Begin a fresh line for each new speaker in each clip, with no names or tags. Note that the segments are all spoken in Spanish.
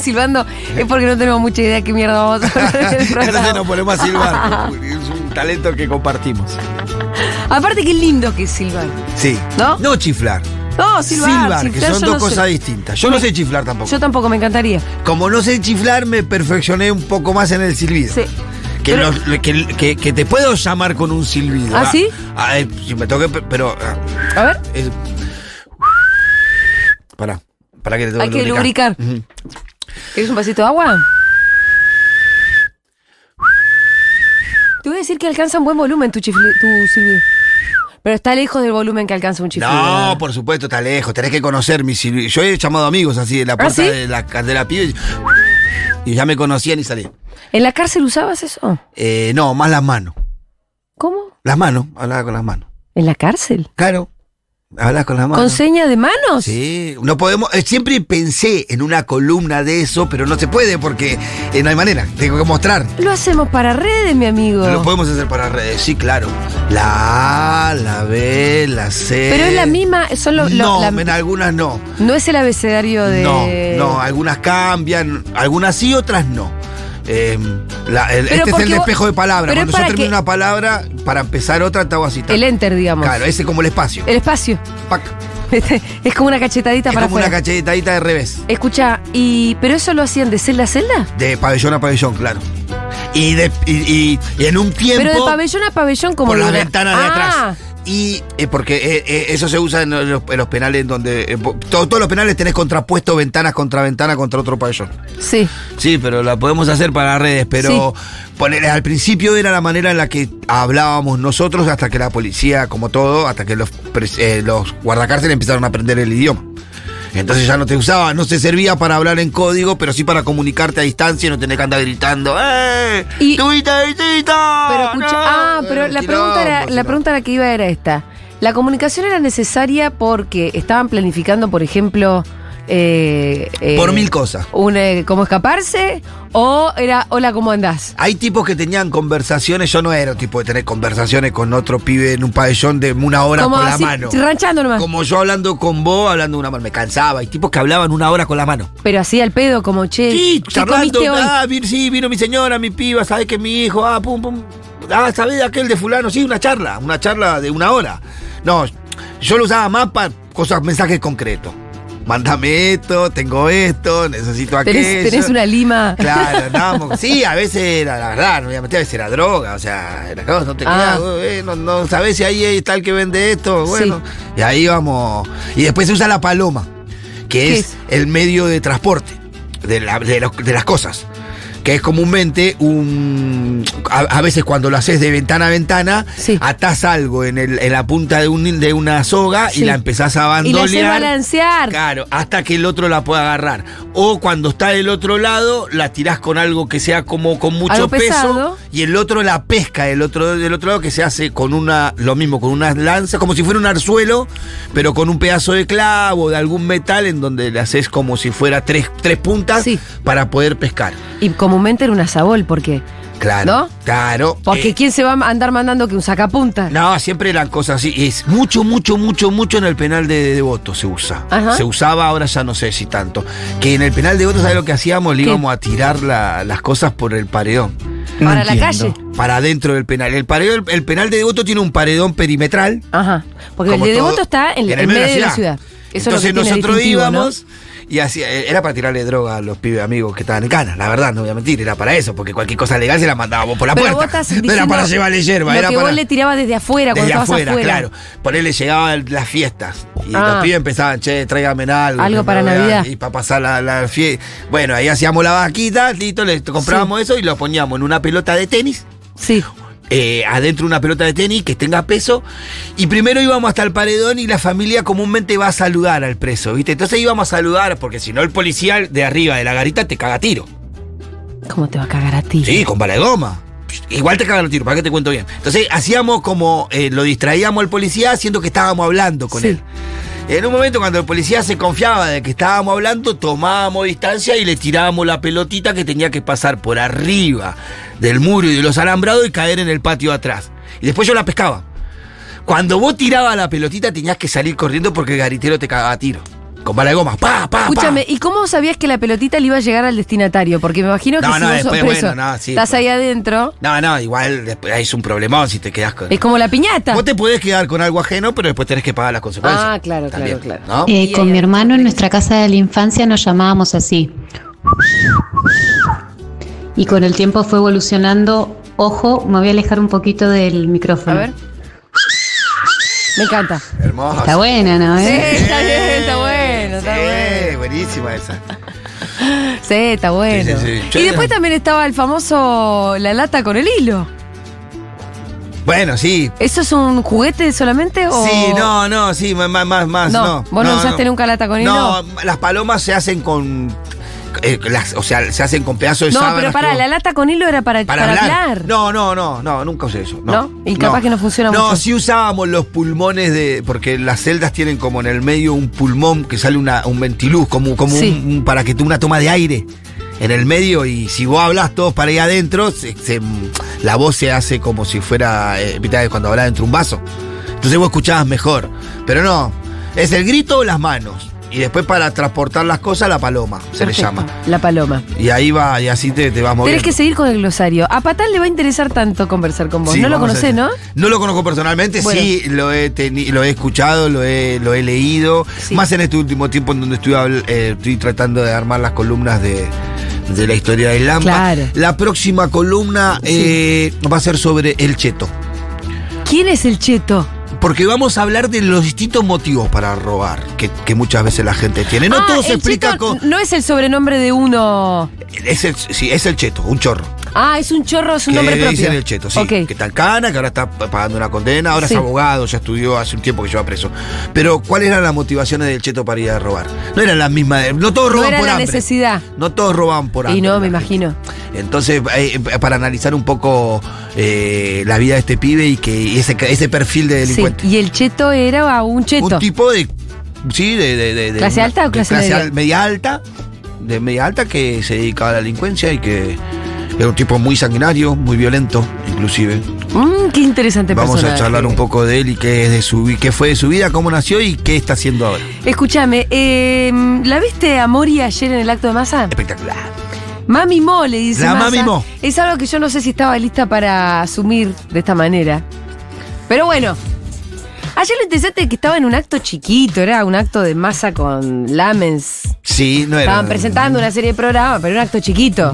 silbando es porque no tenemos mucha idea de qué mierda vamos a hablar en el
Entonces
programa.
nos ponemos a silbar. Es un talento que compartimos.
Aparte, qué lindo que es silbar.
Sí.
¿No?
No chiflar.
No, silbar.
que
silbar
son
yo
dos
no sé.
cosas distintas. Yo no sé chiflar tampoco.
Yo tampoco, me encantaría.
Como no sé chiflar, me perfeccioné un poco más en el silbido.
Sí.
Que,
Pero-
los- que- que- que te puedo llamar con un silbido.
¿Ah, sí?
ah, eh, si me toque, pe- pero. ah,
A ver,
es- Pará. Pará que te tengo
hay que lubricar.
Ujú.
¿Quieres un vasito de agua? Te voy a decir que alcanza un buen volumen tu, chifli- tu silbido. Pero está lejos del volumen que alcanza un chiflido.
No, por supuesto, está lejos. Tenés que conocer mi silbido. Yo he llamado amigos así de la puerta
¿Ah, sí?
de la candela pibe y, y ya me conocían y salí.
¿En la cárcel usabas eso?
Eh, no, más las manos.
¿Cómo?
Las manos, hablaba con las manos.
¿En la cárcel?
Claro, hablaba con las manos.
¿Con seña de manos?
Sí, no podemos. eh, Siempre pensé en una columna de eso, pero no se puede porque eh, no hay manera. Tengo que mostrar.
Lo hacemos para redes, mi amigo.
Lo podemos hacer para redes, sí, claro. La A, la B, la C.
Pero es la misma, son lo- lo-
no,
la-
en algunas no.
no es el abecedario de.
No, no, algunas cambian, algunas sí, otras no. Eh, la- el-
Pero
este es
porque
el
vos-
despejo de palabras.
pero es
Cuando yo
para
termino
que-
una palabra, para empezar otra, te hago así. tac.
El enter, digamos.
Claro, ese es como el espacio.
El espacio. Este,
Pac.
es como una cachetadita
Es
para
como una
afuera.
cachetadita de revés.
Escucha, y pero eso lo hacían de celda a celda?
De pabellón a pabellón, claro. Y, de- y- y- y en un tiempo.
Pero de pabellón a pabellón como
por
de
las
una-
ventanas de
Ah,
atrás. Y eh, porque eh, eh, eso se usa en los, en los penales donde. eh, po- to- todos los penales tenés contrapuesto ventanas contra ventana contra otro pabellón.
Sí.
Sí, pero la podemos hacer para redes, pero ponele, al principio era la manera en la que hablábamos nosotros hasta que la policía, como todo, hasta que los, pres- eh, los guardacárceles empezaron a aprender el idioma. Entonces ya no te usaba, no se servía para hablar en código, pero sí para comunicarte a distancia y no tener que andar gritando ¡Eh!
Y-
¡Tuviste visita!
Pero escucha,
¡No!
ah, pero
Era
la
un
pregunta era, la
quilombo, si no.
pregunta a la que iba era esta. La comunicación era necesaria porque estaban planificando, por ejemplo, eh, eh,
Por mil cosas.
un, eh, cómo escaparse o era hola, ¿cómo andás?
Hay tipos que tenían conversaciones, yo no era tipo de tener conversaciones con otro pibe en un pabellón de una hora
Como
con la
así,
mano.
ranchando nomás.
Como yo hablando con vos, hablando una mano. Me cansaba. Hay tipos que hablaban una hora con la mano.
Pero así al pedo, como che,
Sí,
Eh, ¿qué
charlando.
comiste hoy?
Ah, vi- sí, vino mi señora, mi piba, sabés que mi hijo, ah, pum, pum. Ah, sabés de aquel de fulano. Sí, una charla, una charla de una hora. No, yo lo usaba más para cosas, mensajes concretos. Mándame esto, tengo esto, necesito aquello.
tenés, tenés una lima.
Claro, andábamos. Sí, a veces era, la verdad, no voy a meter, a veces era droga, o sea, era cosa, no te
Ah.
creas, eh, no, no sabés si ahí está el que vende esto, bueno. Y ahí vamos. Y después se usa la paloma, que
¿Qué
es,
es?
el medio de transporte de, la- de los- de las cosas. Que es comúnmente un. A, a veces cuando lo haces de ventana a ventana,
Sí.
atás algo en, el- en la punta de, un, de una soga
Sí.
y la empezás a
Y la hacés
bandolear.
balancear.
Claro, hasta que el otro la pueda agarrar. O cuando está del otro lado, la tirás con algo que sea como con mucho
Algo
peso
pesado.
y el otro la pesca del otro, del otro lado que se hace con una, lo mismo, con una lanza, como si fuera un arzuelo, pero con un pedazo de clavo, de algún metal, en donde le haces como si fuera tres, tres puntas
Sí.
para poder pescar.
Y comúnmente era un asabol, porque.
Claro.
¿No?
Claro.
Porque
Eh,
quién se va a andar mandando que un sacapunta.
No, siempre eran cosas así. Es mucho, mucho, mucho, mucho en el penal de Devoto se usa.
Ajá.
Se usaba, ahora ya no sé si tanto. Que en el penal de Devoto, ¿sabes lo que hacíamos? Le
¿Qué?
íbamos a tirar la- las cosas por el paredón.
Para la calle.
Para adentro del penal. El, paredón, el penal de Devoto tiene un paredón perimetral.
Ajá. Porque el
como
de
todo,
Devoto está en, en medio de la ciudad. Eso
Entonces
es lo que tiene
nosotros
distintivo, ¿no?
íbamos y hacía, era para tirarle droga a los pibes amigos que estaban en cana. La verdad, no voy a mentir, era para eso, porque cualquier cosa legal se la mandábamos por la
Pero vos
puerta.
estás
no era
diciendo
para llevarle hierba,
lo
era
que
para.
vos le tirabas desde afuera cuando
Desde
estabas
afuera,
afuera.
claro. Por él le llegaban las fiestas. Y
Ah.
los pibes empezaban, che, tráigame algo.
Algo
que
para
me voy a-
Navidad.
Y para pasar la, fiesta. Bueno, ahí hacíamos la vaquita, listo, le comprábamos eso y lo poníamos en una pelota de tenis.
Sí.
eh, adentro una pelota de tenis que tenga peso. Y primero íbamos hasta el paredón y la familia comúnmente va a saludar al preso, ¿viste? Entonces íbamos a saludar, porque si no el policía de arriba de la garita te caga a tiro.
¿Cómo te va a cagar a ti?
Sí, con bala de goma. Igual te cagan el tiro, ¿para qué te cuento bien? Entonces hacíamos como, eh, lo distraíamos al policía haciendo que estábamos hablando con
Sí.
Ah, él. En un momento cuando el policía se confiaba de que estábamos hablando, tomábamos distancia y le tirábamos la pelotita que tenía que pasar por arriba del muro y de los alambrados y caer en el patio atrás. Y después yo la pescaba. Cuando vos tirabas la pelotita tenías que salir corriendo porque el garitero te cagaba a tiro. Con bala de goma. ¡Pa, pa, pa!
Escúchame, ¿y cómo sabías que la pelotita le iba a llegar al destinatario? Porque me imagino que
No,
si
no,
vos sos
después,
preso,
bueno, no, sí,
estás
pues.
ahí adentro,
No, no, igual después es un problemón si te quedas con.
es como la piñata.
Vos te podés quedar con algo ajeno, pero después tenés que pagar las consecuencias.
Ah, claro,
También,
claro, claro.
¿no?
Eh,
Eh,
Y
con
hay
mi hermano
otros
en nuestra casa de la infancia nos llamábamos así. Y con el tiempo fue evolucionando. Ojo, me voy a alejar un poquito del
A
micrófono.
ver. Me encanta.
Hermoso.
Está buena, ¿no?
Sí,
eh?
está bien, está bueno, está
Sí,
bueno.
buenísima esa.
Sí, está bueno.
Sí, sí, sí.
Y después también estaba el famoso la lata con el hilo.
Bueno, sí.
¿Eso es un juguete solamente o
Sí, no, no, sí, más, más, más, más,
Oh. No,
no.
vos no usaste nunca lata con hilo.
No, las palomas se hacen con. eh, las- o sea, se hacen con pedazos de
No,
sábanas
pero
que
pará,
vos-
la lata con hilo era para, para hablar.
No, no, no, no, nunca usé eso. No,
¿No? Y capaz que no funciona mucho.
No, sí usábamos los pulmones de. Porque las celdas tienen como en el medio un pulmón que sale una, un ventiluz, como, como
Sí.
un, un- para que tú una toma de aire en el medio. Y si vos hablas todos para ahí adentro, se- se- la voz se hace como si fuera. eh, ¿viste? cuando hablas dentro de un vaso. Entonces vos escuchabas mejor. Pero no, es el grito o las manos. Y después para transportar las cosas, la paloma, se le
Perfecto,
llama.
La paloma.
Y ahí va, y así te, te vas moviendo.
Tenés que seguir con el glosario. A Patán le va a interesar tanto conversar con vos.
Sí,
no lo
vamos a
conocés,
ver.
¿no?
No lo conozco personalmente,
Bueno.
sí lo he, teni- lo he escuchado, lo he, lo he leído.
Sí.
Más en este último tiempo en donde estoy, habl- eh, estoy tratando de armar las columnas de, de la historia del Lampa.
Claro.
La próxima columna eh, va a ser sobre el cheto.
¿Quién es el cheto?
Porque vamos a hablar de los distintos motivos para robar que, que muchas veces la gente tiene. No
Ah,
todo se
el
explica
cheto
con.
No es el sobrenombre de uno.
Es el, sí, es el cheto, un chorro.
Ah, es un chorro, es un
que
nombre
le
propio.
dicen el cheto, sí.
Ok.
Que tal cana, que ahora está pa- pagando una condena, ahora
Sí.
es abogado, ya estudió hace un tiempo que lleva preso. Pero, ¿cuáles eran las motivaciones del cheto para ir a robar? No eran las mismas. de- No todos
no
roban
era
por
la
hambre.
necesidad.
No todos roban por hambre.
Y no, me
la
imagino.
gente. Entonces, eh, eh, para analizar un poco eh, la vida de este pibe y que y ese, ese perfil de
Sí,
delincuente.
y el cheto era un cheto.
Un tipo de. Sí, de. de- de- de-
¿Clase alta o
de
clase media?
al- media alta. De media alta que se dedicaba a la delincuencia y que era un tipo muy sanguinario, muy violento, inclusive.
Mm, qué interesante
Vamos
personaje.
a charlar un poco de él y qué es de su vi- qué fue de su vida, cómo nació y qué está haciendo ahora.
Escúchame, eh, ¿la viste a Mori ayer en el acto de masa?
Espectacular.
Mami Mo, le dice.
La
Massa.
Mami Mo.
Es algo que yo no sé si estaba lista para asumir de esta manera. Pero bueno. Ayer lo interesante es que estaba en un acto chiquito, era un acto de masa con Lamens.
Sí, no era.
Estaban presentando una serie de programas, pero era un acto chiquito.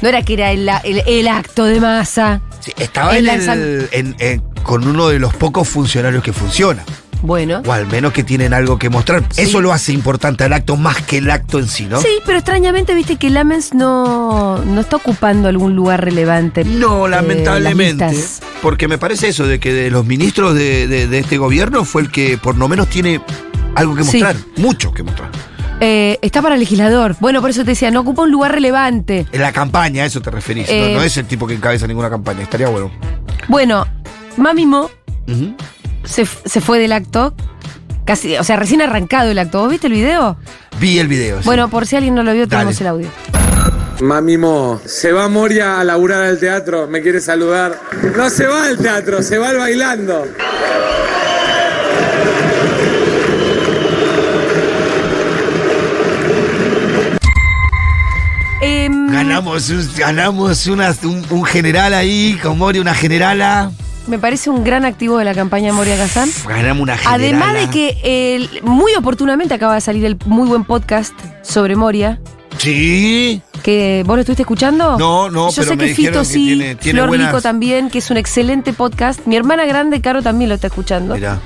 No era que era el, el- el acto de masa.
Sí, estaba
El
en el-
lanzam-
en- en- con uno de los pocos funcionarios que funciona.
Bueno.
O al menos que tienen algo que mostrar.
Sí.
Eso lo hace importante al acto más que el acto en sí, ¿no?
Sí, pero extrañamente viste que Lamens no, no está ocupando algún lugar relevante.
No,
eh,
lamentablemente.
las listas.
porque me parece eso, de que de los ministros de, de- de este gobierno fue el que por lo menos tiene algo que
Sí.
mostrar. Mucho que mostrar.
Eh, está para legislador. Bueno, por eso te decía, no ocupa un lugar relevante.
En la campaña, a eso te referís. No-
Eh.
no es el tipo que encabeza ninguna campaña. Estaría bueno.
Bueno, Mami Mo
Ujú.
se, f- se fue del acto. Casi, o sea, recién arrancado el acto. ¿Vos viste el video?
Vi el video. sí.
Bueno, por si alguien no lo vio, tenemos
Dale.
el audio.
Mamimo, se va Moria a laburar al teatro, me quiere saludar. No se va al teatro, se va al bailando.
Em,
Ganamos, un, ganamos una- un, un general ahí, con Mori, una generala.
me parece un gran activo de la campaña de Moria Kazán.
Ganamos una generala.
Además de que el- muy oportunamente acaba de salir el muy buen podcast sobre Moria.
Sí.
Que vos lo estuviste escuchando?
No, no,
Yo
pero
sé
me
que Fito
dijeron que
sí,
tiene- tiene
Flor
buenas-
Lico también, que es un excelente podcast. Mi hermana grande, Caro, también lo está escuchando.
Mirá.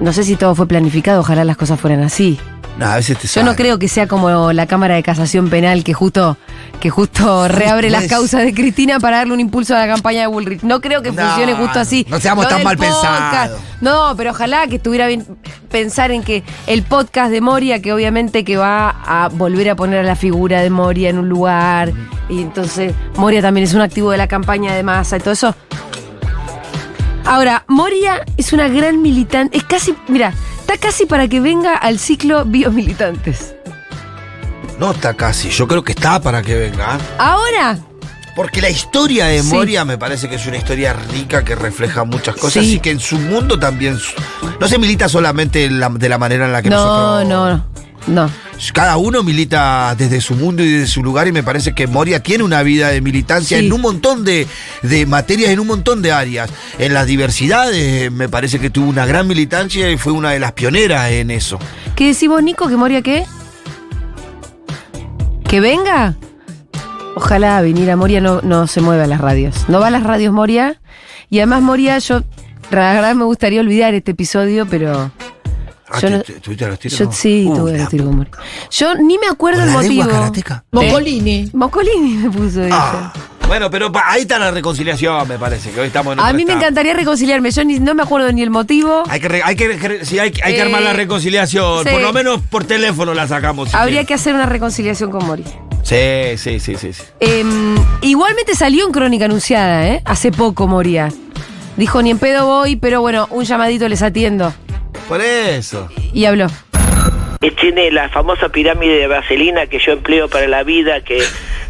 No sé si todo fue planificado, ojalá las cosas fueran así.
No, a veces te
Yo no creo que sea como la Cámara de Casación Penal que justo, que justo reabre las
es.
causas de Cristina para darle un impulso a la campaña de Bullrich. No creo que
No,
funcione justo así.
no seamos
Lo
tan
del
mal pensados.
No, pero ojalá que estuviera bien pensar en que el podcast de Moria, que obviamente que va a volver a poner a la figura de Moria en un lugar, y entonces Moria también es un activo de la campaña de masa y todo eso. Ahora, Moria es una gran militante, es casi, mira, está casi para que venga al ciclo biomilitantes.
No está casi. Yo creo que está para que venga.
Ahora,
Porque la historia de
Sí.
Moria me parece que es una historia rica que refleja muchas cosas
Sí.
y que en su mundo también su- no se milita solamente en la- de la manera en la que
No,
nosotros.
no, no.
Cada uno milita desde su mundo y desde su lugar y me parece que Moria tiene una vida de militancia
Sí.
en un montón de, de materias, en un montón de áreas. En las diversidades eh, me parece que tuvo una gran militancia y fue una de las pioneras en eso.
¿Qué decimos, Nico? ¿Que Moria qué? ¿Que venga? Ojalá viniera Moria, no, no se mueve a las radios. No va a las radios Moria. Y además, Moria, yo, la verdad me gustaría olvidar este episodio, pero
Ah,
Yo
¿tú-
no-
tú- ¿Tuviste los tiros?
yo
no?
sí
Uh,
tuve
la
que ir
puta.
con Moria. Yo ni me acuerdo el
¿Con la lengua
motivo.
karateca?
Mocolini.
Mocolini me puso eso.
Ah, bueno, pero pa- ahí está la reconciliación, me parece, que hoy estamos en
a
otra
mí me
etapa.
encantaría reconciliarme. Yo ni- no me acuerdo ni el motivo.
Hay que, re- hay que, re- sí, hay, que- hay que
Eh,
armar la reconciliación.
sí.
Por lo menos por teléfono la sacamos. si
Habría que
quieres.
hacer una reconciliación con Moria.
Sí, sí, sí, sí. sí.
Em, igualmente salió en Crónica Anunciada, ¿eh? Hace poco Moria. Dijo, ni en pedo voy, pero bueno, un llamadito les atiendo.
Por eso.
Y habló.
Eh, Tiene la famosa pirámide de vaselina que yo empleo para la vida, que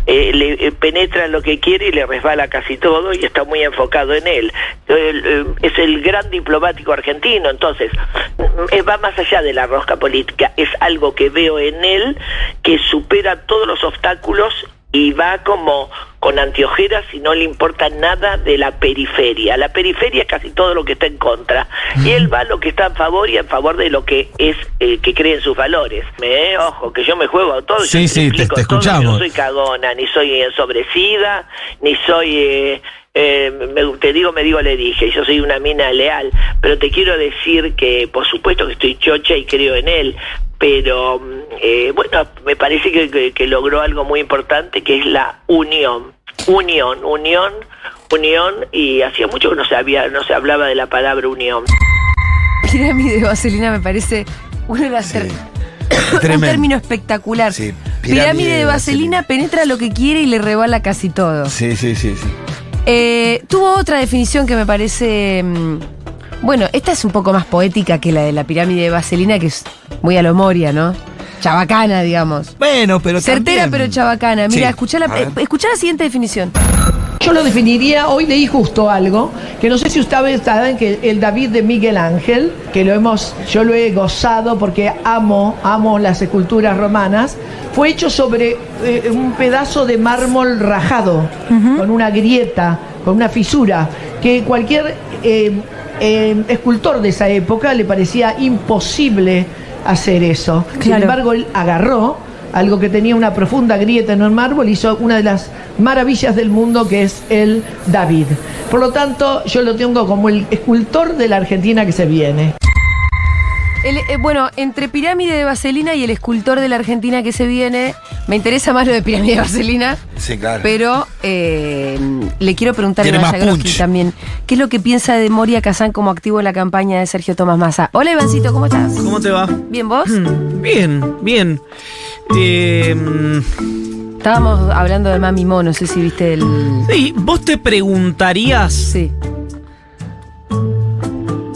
eh, le eh, penetra en lo que quiere y le resbala casi todo y está muy enfocado en él. El, eh, es el gran diplomático argentino, entonces mm, eh, va más allá de la rosca política, es algo que veo en él que supera todos los obstáculos y va como con anteojeras y no le importa nada de la periferia. La periferia es casi todo lo que está en contra. Y él va a lo que está a favor y a favor de lo que es eh, que cree en sus valores. Me, ojo, que yo me juego a todo.
Sí,
yo
sí, te-
explico
te
todo, yo
escuchamos.
no soy cagona, ni soy ensobrecida, ni soy... eh, eh, me- te digo, me digo, le dije, yo soy una mina leal, pero te quiero decir que por supuesto que estoy chocha y creo en él, pero mm, eh, bueno, me parece que, que- que logró algo muy importante que es la unión, unión, unión, unión y hacía mucho que no se había, no se hablaba de la palabra unión.
Pirámide de vaselina me parece una de las ter- un
Tremendo.
término espectacular.
Sí,
pirámide,
pirámide
de
de
vaselina
vaselina.
penetra lo que quiere y le rebala casi todo.
Sí, sí, sí, sí.
Eh, tuvo otra definición que me parece. mm, bueno, esta es un poco más poética que la de la pirámide de vaselina, que es muy a lo Moria, ¿no? Chabacana, digamos.
Bueno, pero
Certera
también-
pero chabacana. Mira,
Sí,
escuchá, la,
a ver.
eh, escuchá la siguiente definición.
Yo lo definiría, hoy leí justo algo, que no sé si ustedes saben que el David de Miguel Ángel, que lo hemos, yo lo he gozado porque amo, amo las esculturas romanas, fue hecho sobre eh, un pedazo de mármol rajado, con una grieta, con una fisura, que cualquier eh, eh, escultor de esa época le parecía imposible hacer eso. Sin
Claro.
embargo, él agarró algo que tenía una profunda grieta en el mármol, hizo una de las maravillas del mundo que es el David. Por lo tanto, yo lo tengo como el escultor de la Argentina que se viene.
El, eh, bueno, entre pirámide de vaselina y el escultor de la Argentina que se viene, me interesa más lo de pirámide de vaselina,
Sí, claro.
pero eh, le quiero preguntar
Tiene
a
más
Yagroski
punch.
también, ¿qué es lo que piensa de Moria Kazán como activo en la campaña de Sergio Tomás Massa? Hola Ivancito, ¿cómo estás?
¿Cómo te va? Mm.
¿Bien vos?
Bien, bien. Eh,
Estábamos hablando de Mami Mo, no sé si viste el...
sí, ¿Vos te preguntarías
Sí.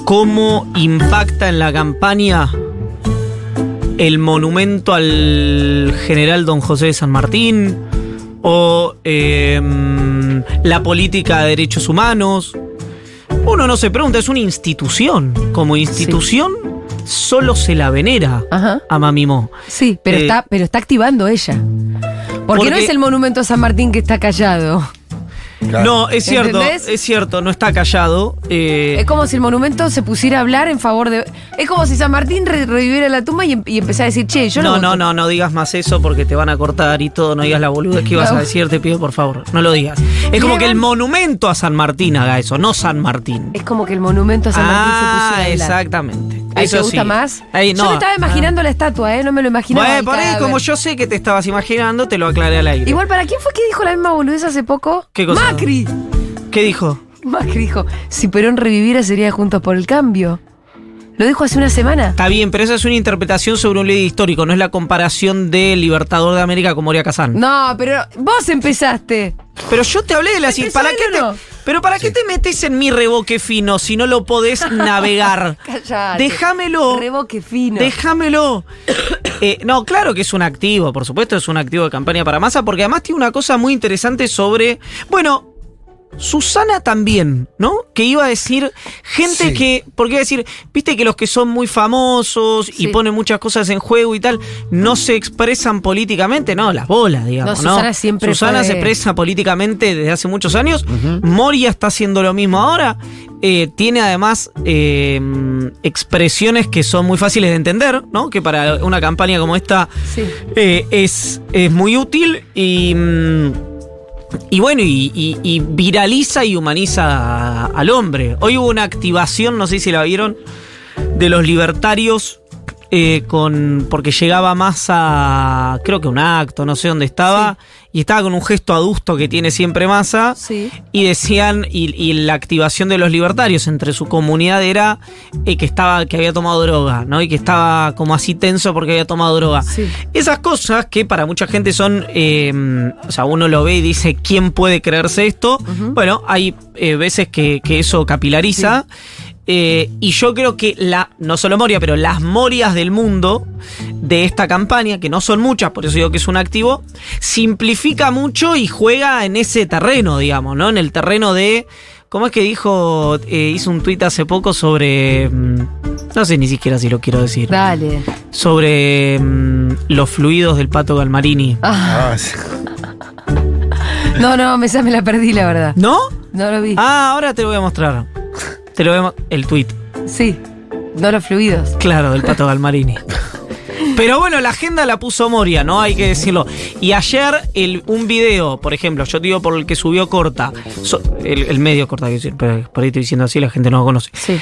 cómo impacta en la campaña el monumento al general don José de San Martín? ¿O eh, la política de derechos humanos? Uno no se pregunta, es una institución. Como institución solo se la venera
Ajá.
a Mamimó.
Sí, pero,
Eh,
está, pero está activando ella. Porque, no
Porque-
es el monumento a San Martín que está callado.
Claro.
No, es cierto,
¿Entendés?
es cierto, no está callado. eh,
Es como si el monumento se pusiera a hablar en favor de. Es como si San Martín re- reviviera la tumba y, em- y empezara a decir, che, yo
no,
no.
no,
voto".
no, no digas más eso porque te van a cortar y todo. No digas la boludez que ibas
No.
a decir, te pido por favor, no lo digas. Es como que el monumento a San Martín haga eso, no San Martín.
Es como que el monumento a San Martín se
ah,
pusiera a hablar.
exactamente.
Ahí
eso
te gusta
sí.
más.
Ahí,
Yo
no.
me estaba imaginando la estatua, ¿eh? No me lo
Ah.
imaginaba. el
Bueno, por ahí,
cadáver.
como yo sé que te estabas imaginando, te lo aclaré al aire.
Igual, ¿para quién fue que dijo la misma boludez hace poco?
¿Qué cosa?
¡Macri!
¿Qué dijo?
Macri dijo: si Perón reviviera sería Juntos por el Cambio. Lo dijo hace una semana.
Está bien, pero esa es una interpretación sobre un líder histórico, no es la comparación de Libertador de América con Moria Kazán.
No, pero vos empezaste.
Pero yo te hablé de las...
¿Empezó
¿Para
él
qué
o
te-
no?
Pero ¿para qué te metes en mi reboque fino si no lo podés navegar?
Cállate.
Déjamelo.
Reboque fino.
Déjamelo. Eh, no, claro que es un activo, por supuesto, es un activo de campaña para masa, porque además tiene una cosa muy interesante sobre. Bueno. Susana también, ¿no? Que iba a decir gente
Sí.
que, porque iba a decir, viste que los que son muy famosos y
Sí.
ponen muchas cosas en juego y tal, no se expresan políticamente, no, las bolas, digamos.
No, Susana siempre
Susana
fue-
se expresa políticamente desde hace muchos años. Moria está haciendo lo mismo ahora. Eh, tiene además eh, expresiones que son muy fáciles de entender, ¿no? Que para una campaña como esta
Sí.
eh, es, es muy útil y. mm, y bueno, y, y- y viraliza y humaniza a- al hombre. Hoy hubo una activación, no sé si la vieron, de los libertarios eh, con. porque llegaba más a. creo que un acto, no sé dónde estaba. Y estaba con un gesto adusto que tiene siempre masa.
Sí.
Y decían, y, y la activación de los libertarios entre su comunidad era eh, que estaba, que había tomado droga, ¿no? Y que estaba como así tenso porque había tomado droga.
Sí.
Esas cosas que para mucha gente son, eh, o sea, uno lo ve y dice, ¿quién puede creerse esto? Bueno, hay eh, veces que, que eso capilariza. Eh, y yo creo que la, no solo Moria, pero las Morias del mundo de esta campaña, que no son muchas, por eso digo que es un activo, simplifica mucho y juega en ese terreno, digamos, ¿no? En el terreno de. ¿Cómo es que dijo? eh, hizo un tuit hace poco sobre. mm, No sé ni siquiera si lo quiero decir
Dale.
sobre mm, los fluidos del pato Galmarini.
Ah, sí.
No, no, me, esa me la perdí, la verdad.
¿No?
No lo vi.
Ah, ahora te lo voy a mostrar. Te lo voy a mo- el tweet,
Sí. No los fluidos.
claro, del pato Galmarini. Pero bueno, la agenda la puso Moria, ¿no? Hay que decirlo. Y ayer el, un video, por ejemplo, yo te digo por el que subió Corta, so- el, el medio Corta, quiero decir, pero por ahí estoy diciendo así, la gente no lo conoce.
Sí.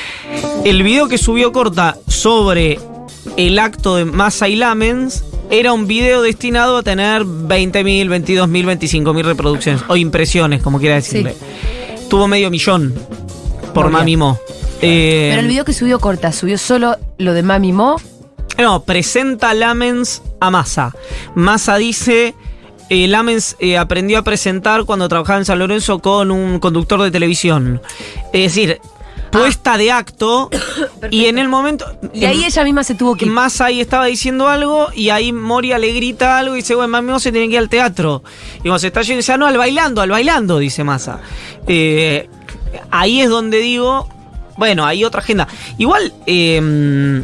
El video que subió Corta sobre el acto de Massa y Lamens era un video destinado a tener 20.000, 22.000, 25.000 reproducciones o impresiones, como quiera decirle. Tuvo medio millón por
Muy
Mami
bien.
Mo. Eh,
Pero el video que subió corta, subió solo lo de Mami Mo.
no, presenta Lamens a Massa. Massa dice. eh, Lamens eh, aprendió a presentar cuando trabajaba en San Lorenzo con un conductor de televisión. Es decir, puesta de acto y en el momento.
Ah. Y ahí ella misma se tuvo que.
que
ir.
más ahí estaba diciendo algo y ahí Moria le grita algo y dice, bueno, mami, vos se tiene que ir al teatro. Y cuando se está yendo, dice, "Ah, no, al bailando, al bailando, dice Massa. Eh, ahí es donde digo, bueno, hay otra agenda. Igual, eh,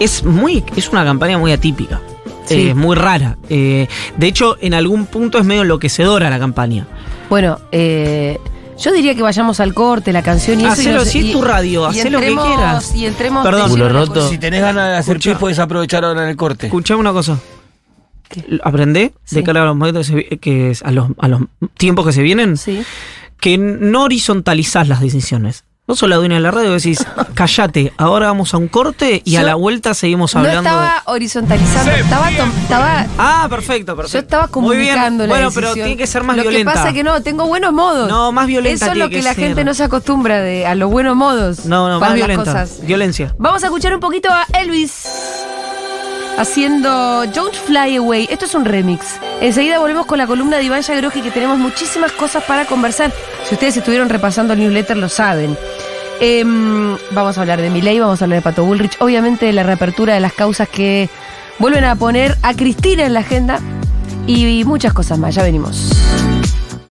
es muy, es una campaña muy atípica.
Sí.
Es muy rara. Eh, de hecho, en algún punto es medio enloquecedora la campaña.
Bueno, eh, yo diría que vayamos al corte, la canción y eso. y
Hacelo,
nos-
sí,
y-
tu radio,
y
hacé lo que
entremos-
quieras.
Y entremos.
Perdón.
de lleno
Culo
a la
roto.
cosa.
Si tenés ganas de hacer
Escucha.
pis, podés aprovechar ahora en el corte.
Escuchame una cosa.
¿Qué?
Aprendé
Sí.
de cara a los, momentos que se vi- que es- a los, a los tiempos que se vienen
Sí.
que no horizontalizás las decisiones. No solo la dueña de la radio decís, callate, ahora vamos a un corte y a
Yo
la vuelta seguimos
No
hablando.
estaba horizontalizando, estaba, tom- estaba
Ah, perfecto,
Yo
perfecto.
estaba
Muy bien.
comunicando la
Bueno, pero
decisión.
tiene que ser más
lo
violenta.
que pasa es que no, tengo buenos modos.
No, más violenta
Eso es lo
tiene
que,
que
la
ser.
gente no se acostumbra de, a los buenos modos.
No, no,
para
más
las
violenta.
cosas.
Violencia.
Vamos a escuchar un poquito a Elvis haciendo Don't Fly Away. Esto es un remix. Enseguida volvemos con la columna de Iván Yagroji que tenemos muchísimas cosas para conversar. Si ustedes estuvieron repasando el newsletter lo saben. Em, vamos a hablar de Milei, vamos a hablar de Pato Bullrich, obviamente de la reapertura de las causas que vuelven a poner a Cristina en la agenda y muchas cosas más. Ya venimos.